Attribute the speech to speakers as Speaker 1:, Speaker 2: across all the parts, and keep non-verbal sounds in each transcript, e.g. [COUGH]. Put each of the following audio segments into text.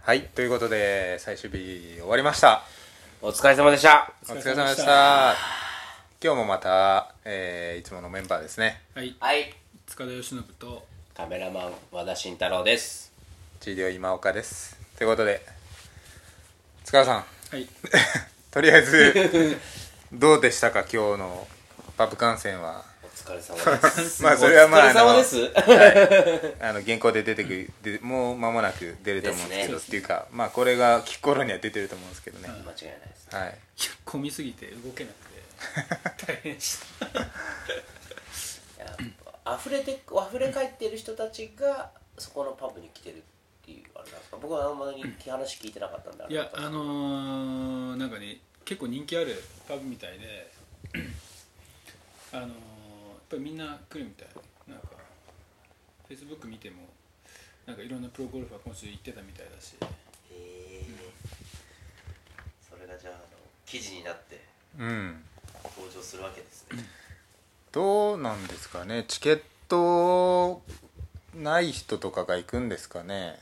Speaker 1: はい、ということで、最終日終わりました。
Speaker 2: お疲れ様でした。
Speaker 1: お
Speaker 3: お
Speaker 1: 疲
Speaker 3: 疲
Speaker 1: れ
Speaker 3: れ
Speaker 1: 様
Speaker 3: 様
Speaker 1: でし
Speaker 3: でした
Speaker 1: た。今日もまた、えー、いつものメンバーですね。
Speaker 3: はい
Speaker 2: はい。
Speaker 3: 塚田由伸と
Speaker 2: カメラマン、和田慎太郎です。
Speaker 1: 治療今岡です。ということで、塚田さん、
Speaker 3: はい
Speaker 1: とりあえ [LAUGHS] ず、どうでしたか、今日のパブ観戦は。
Speaker 2: お疲れ様です。 [LAUGHS]
Speaker 1: まあ、それはまあ、
Speaker 2: お疲れ様
Speaker 1: あ
Speaker 2: で [LAUGHS]
Speaker 1: の、
Speaker 2: す。
Speaker 1: あの原稿で出てくる、でもう間もなく出ると思うんですけど、
Speaker 2: ですね
Speaker 1: っていうか、まあ、これが聞く頃には出てると思うんですけどね。
Speaker 2: 間違いないです。
Speaker 1: はい。
Speaker 3: いや混みすぎて動けなく
Speaker 1: [LAUGHS]
Speaker 3: て大変でした
Speaker 2: やっぱ溢れて、溢れ返ってる人たちが、そこのパブに来てるっていう、あれなんですか。僕はあんまり話聞いてなかったんで、あ
Speaker 3: い
Speaker 2: れだ
Speaker 3: や
Speaker 2: ったん
Speaker 3: あ
Speaker 2: です
Speaker 3: のー、なんかね結構人気あるパブみたいであのー、やっぱりみんな来るみたいなんかフェイスブック見てもなんかいろんなプロゴルファー今週行ってたみたいだし
Speaker 2: けどへーそれがじゃあ、あの記事になって
Speaker 1: うん。
Speaker 2: 登場するわけですね。
Speaker 1: どうなんですかねチケットない人とかが行くんですかね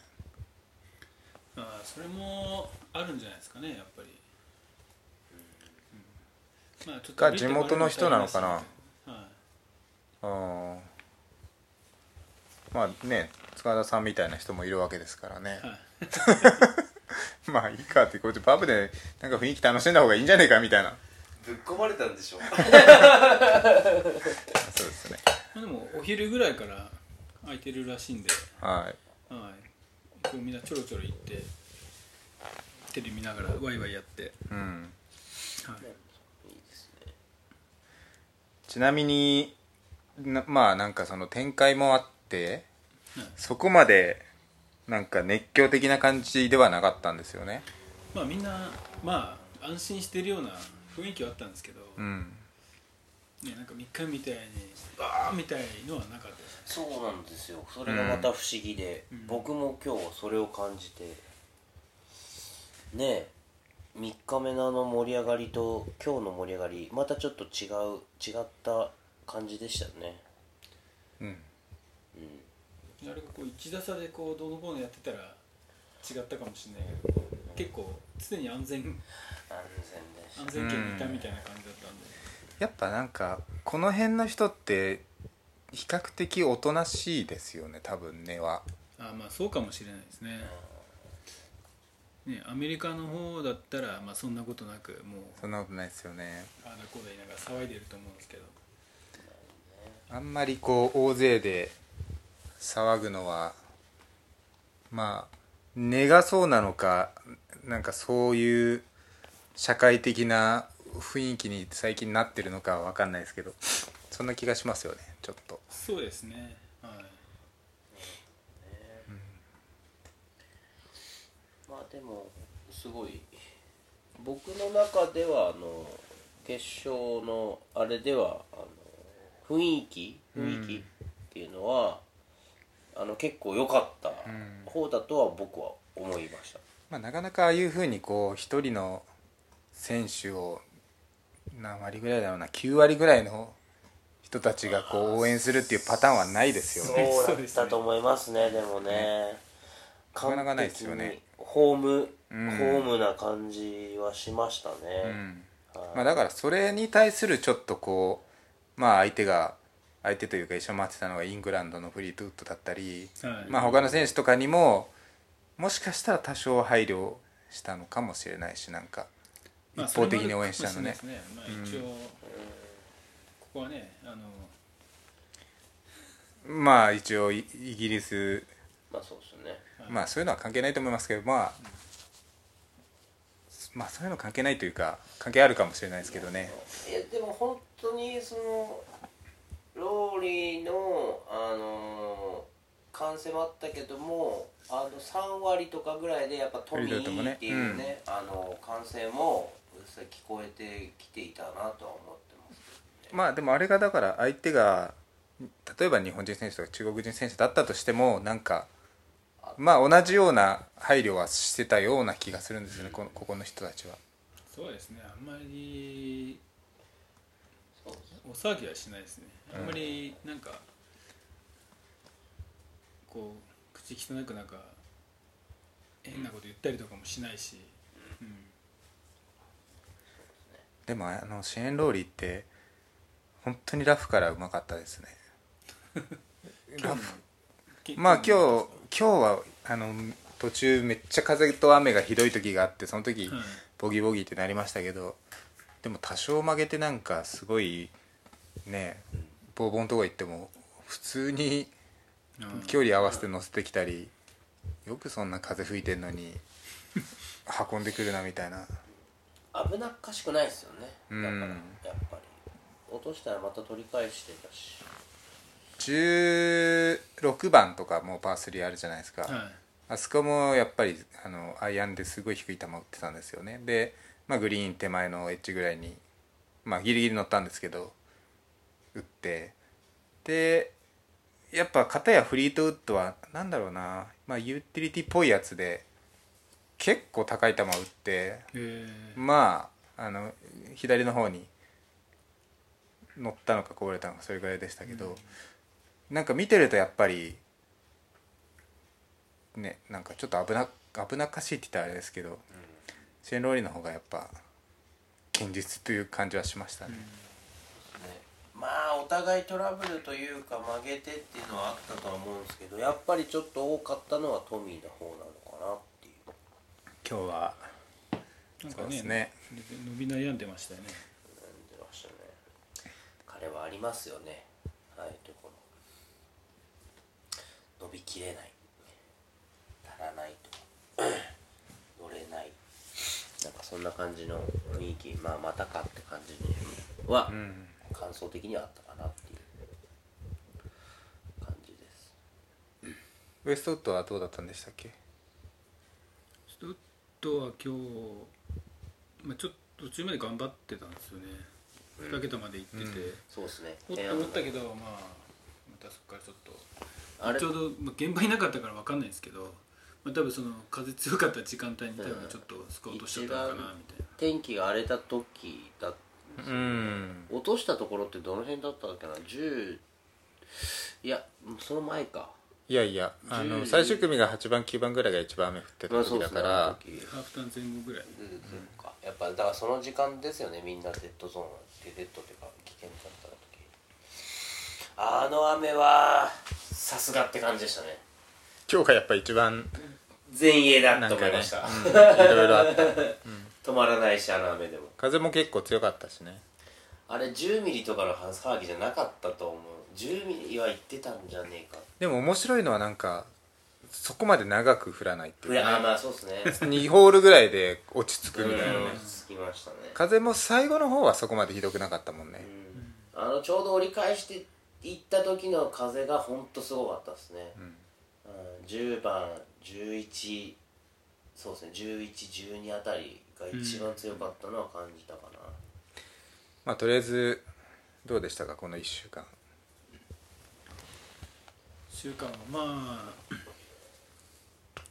Speaker 3: あーそれもあるんじゃないですかねやっぱり、うんまあちょっ
Speaker 1: が地元の人なのかな
Speaker 3: は
Speaker 1: うんまあね塚田さんみたいな人もいるわけですからね、
Speaker 3: い、はい
Speaker 1: [LAUGHS] まあいいかってこっちパブでなんか雰囲気楽しんだ方がいいんじゃねえかみたいな
Speaker 2: ぶっ込まれたんでしょう。
Speaker 1: そうですね
Speaker 3: まあ、でもお昼ぐらいから空いてるらしいんで、
Speaker 1: はい
Speaker 3: はい、こうみんなちょろちょろ行ってテレビ見ながらワイワイやって、
Speaker 1: うん
Speaker 3: はい
Speaker 2: [LAUGHS] いですね。
Speaker 1: ちなみになまあなんかその展開もあって、
Speaker 3: うん
Speaker 1: そこまでなんか熱狂的な感じではなかったんですよね
Speaker 3: まあ、みんな、まあ、安心してるような雰囲気はあったんですけど、
Speaker 1: うん
Speaker 3: ね、なんか3日みたいにわーみたいのはなかったです
Speaker 2: そうなんですよそれがまた不思議で、
Speaker 3: うん
Speaker 2: 僕も今日それを感じてねえ3日目のあの盛り上がりと今日の盛り上がりまたちょっと違う違った感じでしたね
Speaker 1: うん
Speaker 3: あれがこう1打差でこうどうのこうのやってたら違ったかもしれないけど結構常に安全
Speaker 2: 安全でし
Speaker 3: 安全圏にいたみたいな感じだったんで、
Speaker 1: やっぱなんかこの辺の人って比較的おとなしいですよね多分根は
Speaker 3: あまあそうかもしれないですねねアメリカの方だったら、まあ、そんなことなくもう
Speaker 1: そんなことないですよね
Speaker 3: ああだこうだ言いながら騒いでると思うんですけど
Speaker 1: あんまりこう大勢で騒ぐのはまあ根がそうなのかなんかそういう社会的な雰囲気に最近なってるのかは分かんないですけどそんな気がしますよねちょっと
Speaker 3: そうですねはい
Speaker 2: たまあでもすごい僕の中ではあの決勝のあれではあの雰囲気雰囲気っていうのは、あの結構良かった
Speaker 1: ん
Speaker 2: 方だとは僕は思いました、
Speaker 1: まあ、なかなかああいうふうにこう一人の選手を何割ぐらいだろうな9割ぐらいの人たちがこう応援するっていうパターンはないですよね
Speaker 2: そうだったと思いますねでもね
Speaker 1: なかなかないですよね
Speaker 2: 完璧にホーム、
Speaker 1: うん
Speaker 2: ホームな感じはしましたね、
Speaker 1: うん
Speaker 2: はい
Speaker 1: まあ、だからそれに対するちょっとこうまあ相手が相手というか一緒に待ってたのがイングランドのフリートウッドだったり、
Speaker 3: はい
Speaker 1: まあ他の選手とかにももしかしたら多少配慮したのかもしれないしなんか
Speaker 3: まあ
Speaker 1: 一方的に応援したのね
Speaker 3: それもあるかもしれないですねまあ、一応、ここはねあの
Speaker 1: まあ一応イイギリス
Speaker 2: まあそうですね
Speaker 1: まあそういうのは関係ないと思いますけどまあ、まあそういうの関係ないというか関係あるかもしれないですけどね
Speaker 2: いやでも本当にそのローリーのあのー完成もあったけどもあの3割とかぐらいでやっぱトミ
Speaker 1: フリードともね
Speaker 2: ーっていうね、あの完成も実際聞こえてきていたなとは思ってますけどね、
Speaker 1: まあでもあれがだから相手が例えば日本人選手とか中国人選手だったとしてもなんかまあ同じような配慮はしてたような気がするんですよねこのここの人たちは
Speaker 3: そうですねあんまり
Speaker 2: そうですね
Speaker 3: お騒ぎはしないですねあんまりなんか、こう口汚くなんか変なこと言ったりとかもしないし、うん、
Speaker 1: でもあのシェーン・ローリーって本当にラフからうまかったですねラフ
Speaker 3: き
Speaker 1: まあ今日今日はあの途中めっちゃ風と雨がひどい時があってその時、
Speaker 3: はい
Speaker 1: ボギーボギーってなりましたけどでも多少曲げてなんかすごいねボーボーのとこ行っても普通に
Speaker 3: うん
Speaker 1: 距離合わせて乗せてきたりよくそんな風吹いてんのに運んでくるなみたいな
Speaker 2: 危なっかしくないですよねだから
Speaker 1: う
Speaker 2: や
Speaker 1: ん
Speaker 2: っぱり落としたらまた取り返してたし
Speaker 1: 16番とかもパー3あるじゃないですか、
Speaker 3: は
Speaker 1: あそこもやっぱりあのアイアンですごい低い球を打ってたんですよねで、まあ、グリーン手前のエッジぐらいに、まあ、ギリギリ乗ったんですけど打ってでやっぱ片やフリートウッドはなんだろうな、まあ、ユーティリティっぽいやつで結構高い球を打って
Speaker 3: いえー
Speaker 1: まああの左の方に乗ったのかこぼれたのかそれぐらいでしたけど、なんか見てるとやっぱりねなんかちょっと危な危なっかしいって言ったらあれですけど、シェーン・ローリーの方がやっぱ堅実という感じはしましたね、
Speaker 2: ねまあお互いトラブルというか曲げてっていうのはあったとは思うんですけどやっぱりちょっと多かったのはトミーの方なのかなっていう
Speaker 1: 今日は
Speaker 3: なん
Speaker 1: そ
Speaker 3: か
Speaker 1: うです
Speaker 3: ね
Speaker 1: ね
Speaker 3: 伸び悩んでましたよね
Speaker 2: 悩んでましたね彼はありますよねはいところ伸びきれない足らないと [CLEARS THROAT] 乗れないなんかそんな感じの雰囲気まあまたかって感じには、
Speaker 1: うん
Speaker 2: 感想的にはあったかなっていう感じです
Speaker 1: ウエストウッドはどうだったんでしたっけ
Speaker 3: ちょっとは今日、まあ、ちょっと途中まで頑張ってたんですよね2桁まで行ってて、
Speaker 2: そうですね
Speaker 3: おっと思ったけどまあまたそこからちょっ
Speaker 2: あれ
Speaker 3: とちょうど、まあ、現場いなかったから分かんないですけど、まあ、多分その風強かった時間帯に多分ちょっとスコア落としちゃったのかなみたいな
Speaker 2: 天気が荒れた時だ
Speaker 1: うん
Speaker 2: 落としたところってどの辺だったっけな10いやその前か
Speaker 1: いやいやあ
Speaker 2: 10
Speaker 1: の最終組が8番9番ぐらいが一番雨降って
Speaker 2: ま
Speaker 1: た
Speaker 2: あそ
Speaker 1: 時
Speaker 2: うで
Speaker 1: だ
Speaker 2: す
Speaker 1: か
Speaker 2: ねあの
Speaker 1: ら、
Speaker 2: 時
Speaker 3: ハーフターン前後ぐらい
Speaker 2: うんそうかやっぱだからその時間ですよねみんなデッドゾーンでデッドっていうか危険だった時あの雨はさすがって感じでしたね
Speaker 1: 今日がやっぱ一番
Speaker 2: 前衛だ
Speaker 1: なん
Speaker 2: と
Speaker 1: か
Speaker 2: 思
Speaker 1: ね
Speaker 2: いました、
Speaker 1: うんいろいろあった
Speaker 2: [LAUGHS] 止まらないしあの雨でも
Speaker 1: 風も結構強かったしね
Speaker 2: あれ10ミリとかの騒ぎじゃなかったと思う10ミリは言ってたんじゃねえか
Speaker 1: でも面白いのはなんかそこまで長く降らないっていう
Speaker 2: いやあまあそう [LAUGHS] ですね
Speaker 1: 2ホールぐらいで落ち着くみたいなね
Speaker 2: うん落ち着きましたね
Speaker 1: 風も最後の方はそこまでひどくなかったもんね
Speaker 2: うんあのちょうど折り返していった時の風がほんとすごかったですね、うん10番11そうですね1112あたりが一番強かったのは感じたかな、
Speaker 1: まあとりあえずどうでしたかこの1週間
Speaker 3: 週間はまあ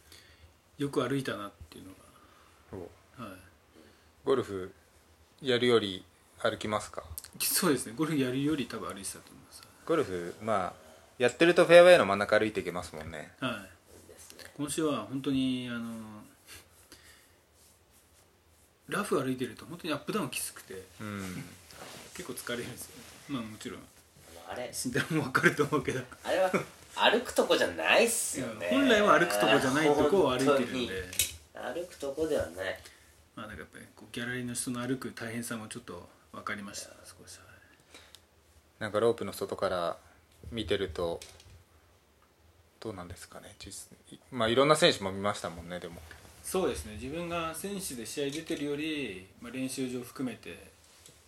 Speaker 3: よく歩いたなっていうのが、はい、
Speaker 1: ゴルフやるより歩きますか
Speaker 3: そうですねゴルフやるより多分歩いてたと思います
Speaker 1: ゴルフまあやってるとフェアウェイの真ん中歩いていけますもんね
Speaker 3: はい
Speaker 2: ですね
Speaker 3: 今週は本当にあのラフ歩いてると本当にアップダウンきつくて
Speaker 1: うん
Speaker 3: 結構疲れるんですよねまあもちろん
Speaker 2: あれ
Speaker 3: 死んだらもう分かると思うけど
Speaker 2: あれは歩くとこじゃないっすよね
Speaker 3: 本来は歩くとこじゃないとこを歩いてるんで
Speaker 2: 本当に歩くとこではない
Speaker 3: まあなんかやっぱりこうギャラリーの人の歩く大変さもちょっと分かりました少しは
Speaker 1: なんかロープの外から見てるとどうなんですかね実まあいろんな選手も見ましたもんねでも
Speaker 3: そうですね自分が選手で試合出てるより、まあ、練習場含めて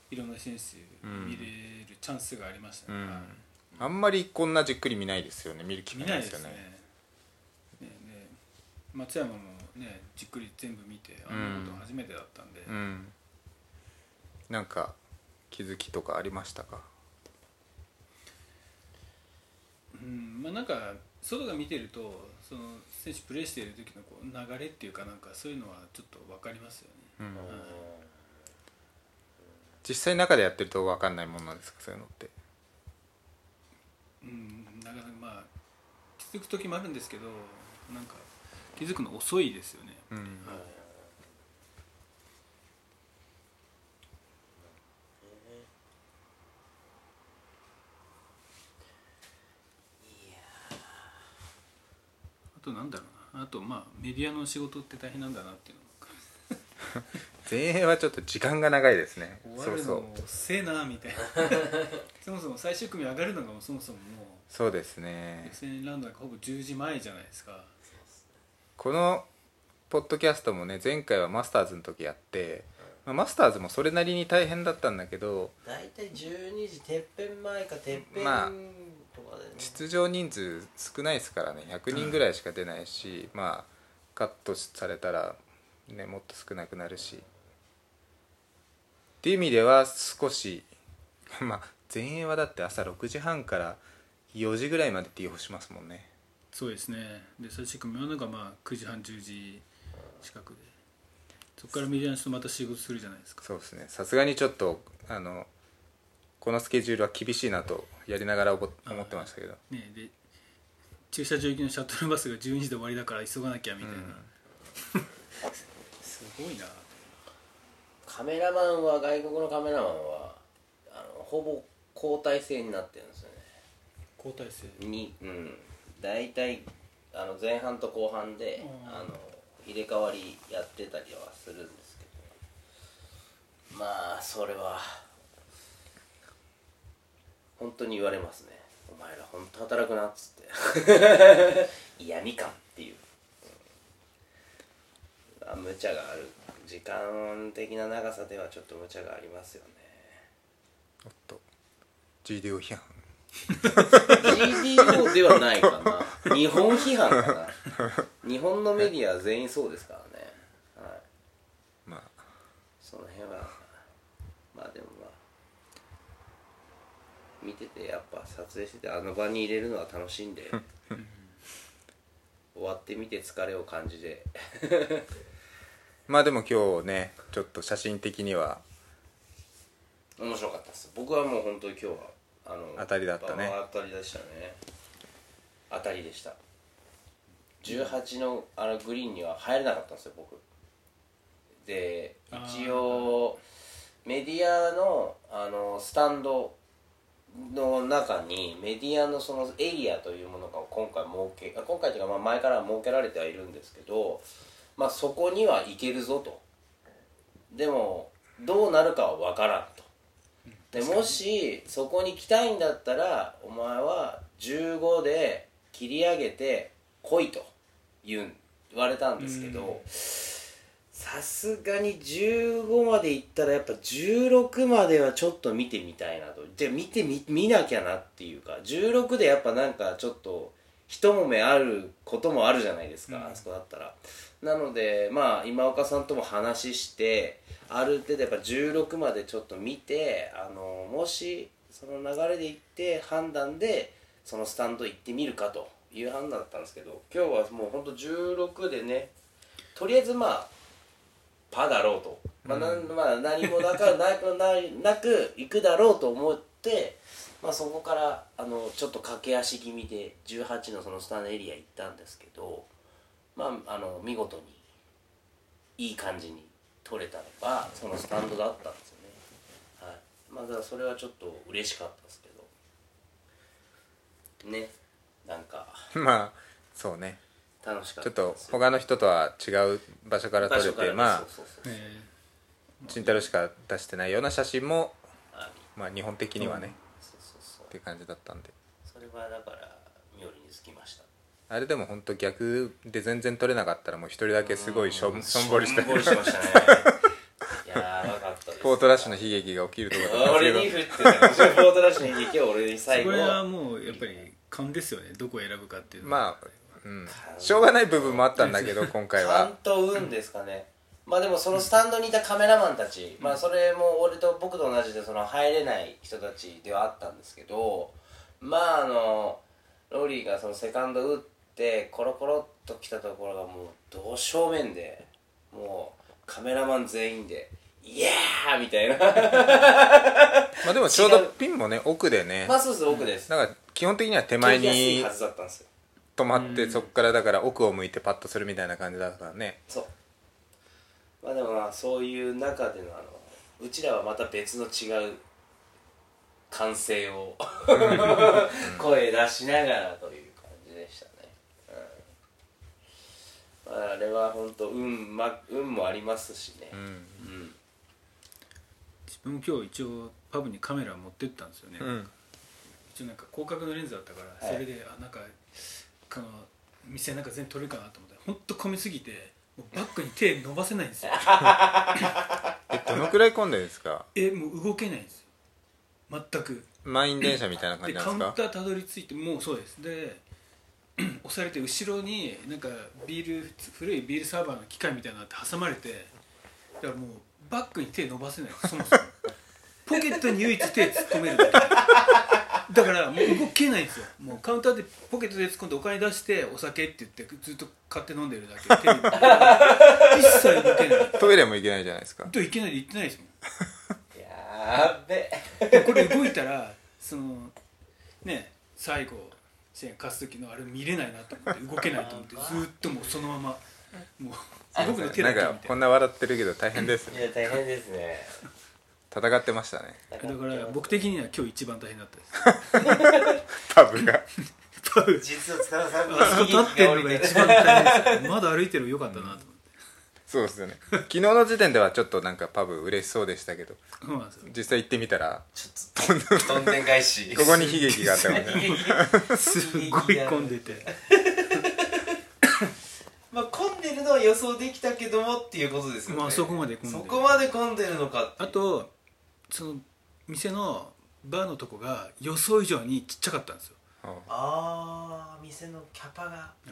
Speaker 3: いろんな選手見れるチャンスがありましたね、
Speaker 1: うん
Speaker 3: はい
Speaker 1: あんまりこんなじっくり見ないですよね見る機
Speaker 3: 見
Speaker 1: 会
Speaker 3: な
Speaker 1: ないい
Speaker 3: で
Speaker 1: ですす
Speaker 3: ね
Speaker 1: よね
Speaker 3: ねで松山もねじっくり全部見てあんなこと初めてだったんで、
Speaker 1: うんなんか気づきとかありましたか
Speaker 3: うんまあなんか外が見てるとその選手プレーしている時のこう流れっていうかなんかそういうのはちょっと分かりますよね
Speaker 1: うん
Speaker 2: うん
Speaker 1: 実際中でやってると分かんないもんなんですかそういうのって
Speaker 3: うんなかなかまあ気づく時もあるんですけどなんか気づくの遅いですよね
Speaker 1: うん
Speaker 3: あとなんだろうなあとまあメディアの仕事って大変なんだなっていうの
Speaker 1: 前編はちょっと時間が長いですね
Speaker 3: 終
Speaker 1: そ
Speaker 3: わ
Speaker 1: う
Speaker 3: るの
Speaker 1: そう
Speaker 3: も遅えな
Speaker 1: [LAUGHS]
Speaker 3: みたいなそもそも最終組上がるのがもうそもそもも
Speaker 1: そうです
Speaker 3: う
Speaker 1: ね
Speaker 3: 予選ラウンドなんかほぼ10時前じゃないですか
Speaker 1: このポッドキャストもね前回はマスターズの時やって、まあ、マスターズもそれなりに大変だったんだけど
Speaker 2: 大体12時てっぺん前かてっぺんと
Speaker 1: ま
Speaker 2: か
Speaker 1: あ
Speaker 2: でね、
Speaker 1: 出場人数少ないですからね100人ぐらいしか出ないし、まあカットされたら、ね、もっと少なくなるしっていう意味では少し [LAUGHS] まあ前衛はだって朝6時半から4時ぐらいまで T をしますもんね
Speaker 3: そうですねで最終組はなんかまあ9時半10時近くでそこからメディアの人また仕事するじゃないですか
Speaker 1: そうですねさすがにちょっとあのこのスケジュールは厳しいなとやりながら思思ってましたけど
Speaker 3: ねで駐車場行きのシャトルバスが12時で終わりだから急がなきゃみたいな、
Speaker 1: う
Speaker 3: [LAUGHS]
Speaker 1: ん
Speaker 3: すごいな
Speaker 2: カメラマンは外国のカメラマンはあのほぼ交代制になってるんですよね
Speaker 3: 交代制
Speaker 2: に、うん、大体あの前半と後半で、
Speaker 3: うん
Speaker 2: あの入れ替わりやってたりはするんですけどまあそれは本当に言われますねお前ら本当働くなっつって [LAUGHS] 嫌味かっていう、うんあ無茶がある時間的な長さではちょっと無茶がありますよね
Speaker 1: おっと GDO 批判
Speaker 2: GDO ではないかな日本批判かな日本のメディアは全員そうですからね、はい、
Speaker 1: まあ
Speaker 2: その辺はまあでもまあ見ててやっぱ撮影しててあの場に入れるのは楽しいんで終わってみて疲れを感じて
Speaker 1: まあでも今日ねちょっと写真的には [LAUGHS]
Speaker 2: 面白かったです僕はもう本当に今日はあの
Speaker 1: 当たりだったね
Speaker 2: まあ当たりでしたね当たりでした18のあのグリーンには入れなかったんですよ僕で
Speaker 3: あー
Speaker 2: 一応メディアのあのスタンドの中にメディアのそのエリアというものが今回設けあ今回というかまあ前から設けられてはいるんですけど、まあ、そこには行けるぞとでもどうなるかは分からんとでもしそこに来たいんだったらお前は15で切り上げて来いと言うん言われたんですけ
Speaker 3: うん
Speaker 2: どさすがに15まで行ったらやっぱ16まではちょっと見てみたいなとで見てみ見なきゃなっていうか16でやっぱなんかちょっと一揉めあることもあるじゃないですか、
Speaker 3: うん
Speaker 2: あそこだったらなのでまあ今岡さんとも話してある程度やっぱ16までちょっと見てあのもしその流れで行って判断でそのスタンド行ってみるかという判断だったんですけど今日はもうほんと16でねとりあえずまあパーだろうと、まあなんまあ、何もな [LAUGHS] かなくななく行くだろうと思って、まあ、そこからあのちょっと駆け足気味で18のそのスタンドエリア行ったんですけど、まあ、あの見事にいい感じに取れたのがそのスタンドだったんですよね、はいまあ、だからそれはちょっと嬉しかったですけどねなんか
Speaker 1: まあそうね
Speaker 2: 楽しかっ
Speaker 1: ちょ
Speaker 2: た
Speaker 1: っと
Speaker 2: ですよ
Speaker 1: 他の人とは違う場所から撮れ
Speaker 2: 場所から
Speaker 1: て
Speaker 2: ね
Speaker 1: まあ
Speaker 2: そうそうそう
Speaker 3: え
Speaker 1: 慎太郎しか出してないような写真も
Speaker 2: あり
Speaker 1: まあ日本的にはね、
Speaker 3: うん
Speaker 2: そうそうそう
Speaker 1: って感じだったんで
Speaker 2: それはだから妙利につきました
Speaker 1: あれでも本当逆で全然撮れなかったらもう一人だけすごいしょんしょんぼりして
Speaker 2: しょんぼりしましたね
Speaker 1: [LAUGHS]
Speaker 2: やばかったです
Speaker 1: ポートラッシュの悲劇が起きるとかだったん
Speaker 2: 俺
Speaker 1: で
Speaker 2: に
Speaker 1: すけ
Speaker 2: 振ってたポートラッシュの悲劇は俺に最
Speaker 3: こ
Speaker 2: 後
Speaker 3: れはもうやっぱり勘ですよねどこを選ぶかっていう
Speaker 1: ど
Speaker 3: のは
Speaker 1: まあうんしょうがない部分もあったんだけど今回は
Speaker 2: 勘と運ですかね、まあでもそのスタンドにいたカメラマンたち、まあそれも俺と僕と同じでその入れない人たちではあったんですけどまああのローリーがそのセカンド打ってコロコロっと来たところがもうど正面でもうカメラマン全員で「イエー!」みたいな
Speaker 1: まあでもちょうどピンもね奥でね
Speaker 2: まあそうです奥です
Speaker 1: だから基本的には手前
Speaker 2: 撮りやすい
Speaker 1: に
Speaker 2: はずだったんですよ
Speaker 1: 止まって、
Speaker 3: うん
Speaker 1: そっからだから奥を向いてパッとするみたいな感じだからね
Speaker 2: そうまあでもなそういう中でのあのうちらはまた別の違う歓声を声出しながらという感じでしたね、うんまあ、あれは本当運,、ま、運もありますしね
Speaker 1: うん
Speaker 2: うん
Speaker 3: 自分も今日一応パブにカメラ持ってったんですよね、
Speaker 1: うん
Speaker 3: 一応なんか広角のレンズだったから、
Speaker 2: はい
Speaker 3: それであなんかあの店なんか全部撮れるかなと思って本当混みすぎてもうバックに手伸ばせないん
Speaker 2: [LAUGHS]
Speaker 3: ですよ
Speaker 1: えどのくらい混んでるんですか
Speaker 3: えもう動けないんですよ全く
Speaker 1: 満員電車みたいな感
Speaker 3: で
Speaker 1: じなん
Speaker 3: カウン
Speaker 1: で
Speaker 3: タ
Speaker 1: すか
Speaker 3: ーたどり着いてもうそうですで [CLEARS THROAT] 押されて後ろになんかビール古いビールサーバーの機械みたいなのがあって挟まれてだからもうバックに手伸ばせないそもそ
Speaker 1: [LAUGHS]
Speaker 3: もポケットに唯一手突っ込めるだけだからもう動けないんですよもうカウンターでポケットで突っ込んでお金出してお酒って言ってずっと買って飲んでるだけ手に一切動けない
Speaker 1: トイレも行けないじゃないですか
Speaker 3: といけないで行ってないですもん
Speaker 2: やーべ
Speaker 3: でこれ動いたらそのね最後支援貸す時のあれ見れないなと思って動けないと思ってずーっともうそのままもう僕の手
Speaker 1: な
Speaker 3: だ
Speaker 1: ん
Speaker 3: けみ
Speaker 1: か
Speaker 3: た
Speaker 1: こ
Speaker 3: い
Speaker 1: ん
Speaker 3: な
Speaker 1: な笑ってるけど大変ですね
Speaker 2: いや大変ですね
Speaker 1: 戦ってましたね
Speaker 2: だ
Speaker 3: だから僕的には今日一番大変だったです
Speaker 1: パブが
Speaker 3: 多分
Speaker 2: 実は塚田さん
Speaker 3: あそこ立ってるのが一番大変でしたまだ歩いてるよかったなと思って、
Speaker 1: そうですよね昨日の時点ではちょっとなんかパブ嬉しそうでしたけど
Speaker 3: そうなんですよ
Speaker 1: 実際行ってみたら
Speaker 2: ちょっととんでん返し
Speaker 1: ここに悲劇があったもんね
Speaker 3: すっごい混んでて
Speaker 2: まあ混んでるのは予想できたけどもっていうことですよね
Speaker 3: まあそこまで混んで
Speaker 2: そ
Speaker 3: る
Speaker 2: こまで混んでるのかって
Speaker 3: あとその店のバーのとこが予想以上にちっちゃかったんですよ、
Speaker 2: あー店のキャパが
Speaker 3: はい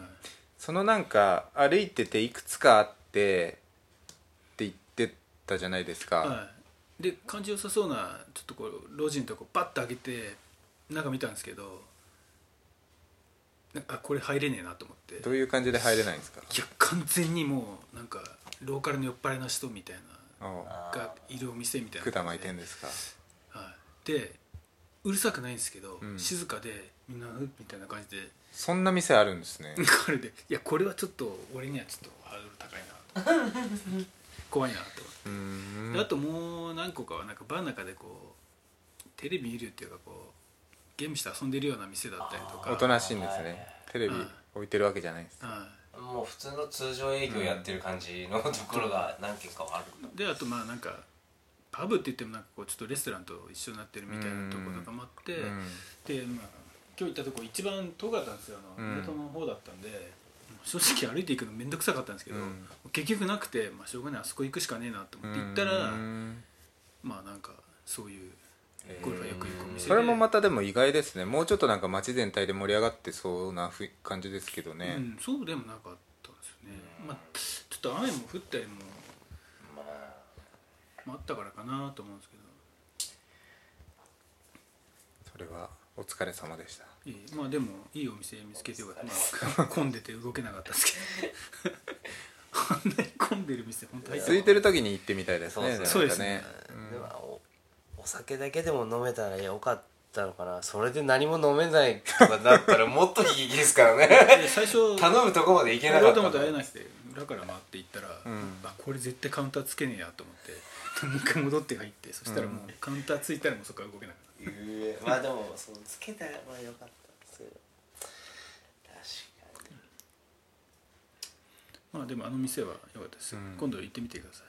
Speaker 1: そのなんか歩いてていくつかあってって言ってたじゃないですか、
Speaker 3: はい、で感じよさそうなちょっとこう路地のとこパッと開けて中見たんですけどなんかあこれ入れねえなと思って
Speaker 1: どういう感じで入れないんですか
Speaker 3: いや完全にもうなんかローカルの酔っ払いの人みたいな
Speaker 1: おう
Speaker 3: がいるお店みたいな
Speaker 1: 管巻い
Speaker 3: で
Speaker 1: てんですか
Speaker 3: はい、でうるさくないんですけど、
Speaker 1: うん
Speaker 3: 静かでみんなうっみたいな感じで [LAUGHS]
Speaker 1: そんな店あるんですね
Speaker 3: これでいやこれはちょっと俺にはちょっとハードル高いなと怖いなと思って。
Speaker 1: うーん
Speaker 3: であともう何個かはなんかバーの中でこうテレビ見るっていうかこうゲームして遊んでるような店だったりとか
Speaker 1: おとなしいんですねテレビ
Speaker 3: うん
Speaker 1: 置いてるわけじゃないです
Speaker 3: は
Speaker 2: もう普通の通常営業やってる感じのところが何軒かはある
Speaker 3: いであとまあなんかパブって言ってもなんかこうちょっとレストランと一緒になってるみたいなところとかもあって、
Speaker 1: うん
Speaker 3: で、まあ、今日行ったとこ一番遠かったんですよあの
Speaker 1: うん
Speaker 3: 港の方だったんで、正直歩いていくの面倒くさかったんですけど、
Speaker 1: うん
Speaker 3: 結局なくて、まあ、しょうがないあそこ行くしかねえなと思って行ったら、
Speaker 1: うーん
Speaker 3: まあなんかそういうゴルファーよく行くお店で
Speaker 1: それもまたでも意外ですねもうちょっとなんか街全体で盛り上がってそうなふい感じですけどね、
Speaker 3: うん、そうでもなかったんですよね、まあ、ちょっと雨も降ったりも
Speaker 2: まあ
Speaker 3: まああったからかなと思うんですけど
Speaker 1: それはお疲れ様でした
Speaker 3: いいまあでもいいお店見つけてよかった、まあ、 [LAUGHS] 混んでて動けなかったですけど [LAUGHS] あんなに混んでる店本当入っ
Speaker 1: 空い
Speaker 3: て
Speaker 1: てる時に行ってみたいですね
Speaker 2: そう
Speaker 3: そう
Speaker 1: なんかね
Speaker 2: でもおお酒だけでも飲めたらよかったのかなそれで何も飲めないとかだったらもっと悲劇ですから
Speaker 3: [LAUGHS]
Speaker 2: ね
Speaker 3: で
Speaker 2: [LAUGHS]
Speaker 3: 最初
Speaker 2: 頼むとこまでいけな
Speaker 3: やろ
Speaker 2: か
Speaker 3: う
Speaker 2: っ
Speaker 3: と
Speaker 2: た
Speaker 3: 思
Speaker 2: の
Speaker 3: って会えなくて裏から回って行ったら、
Speaker 1: ん
Speaker 3: あこれ絶対カウンターつけねえやと思ってもう一回戻って入ってそしたらもうカウンターついたらもうそこから動けなくな
Speaker 2: う
Speaker 3: っ
Speaker 2: えまあでもそのつけたらまあよかったんですけど確かに
Speaker 3: たまあでもあの店は良かったです、
Speaker 1: うん
Speaker 3: 今度行ってみてくださ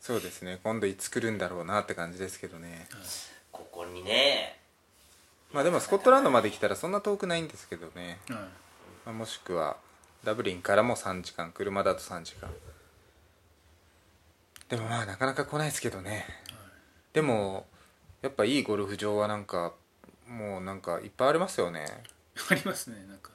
Speaker 1: そうですね今度いつ来るんだろうなって感じですけどね
Speaker 3: い、はい
Speaker 2: ここにね
Speaker 1: まあでもスコットランドまで来たらそんな遠くないんですけどね、
Speaker 3: はい
Speaker 1: まあもしくはダブリンからも3時間車だと3時間でもまあなかなか来ないですけどね、でもやっぱいいゴルフ場はなんかもうなんかいっぱいありますよね
Speaker 3: ありますねなんか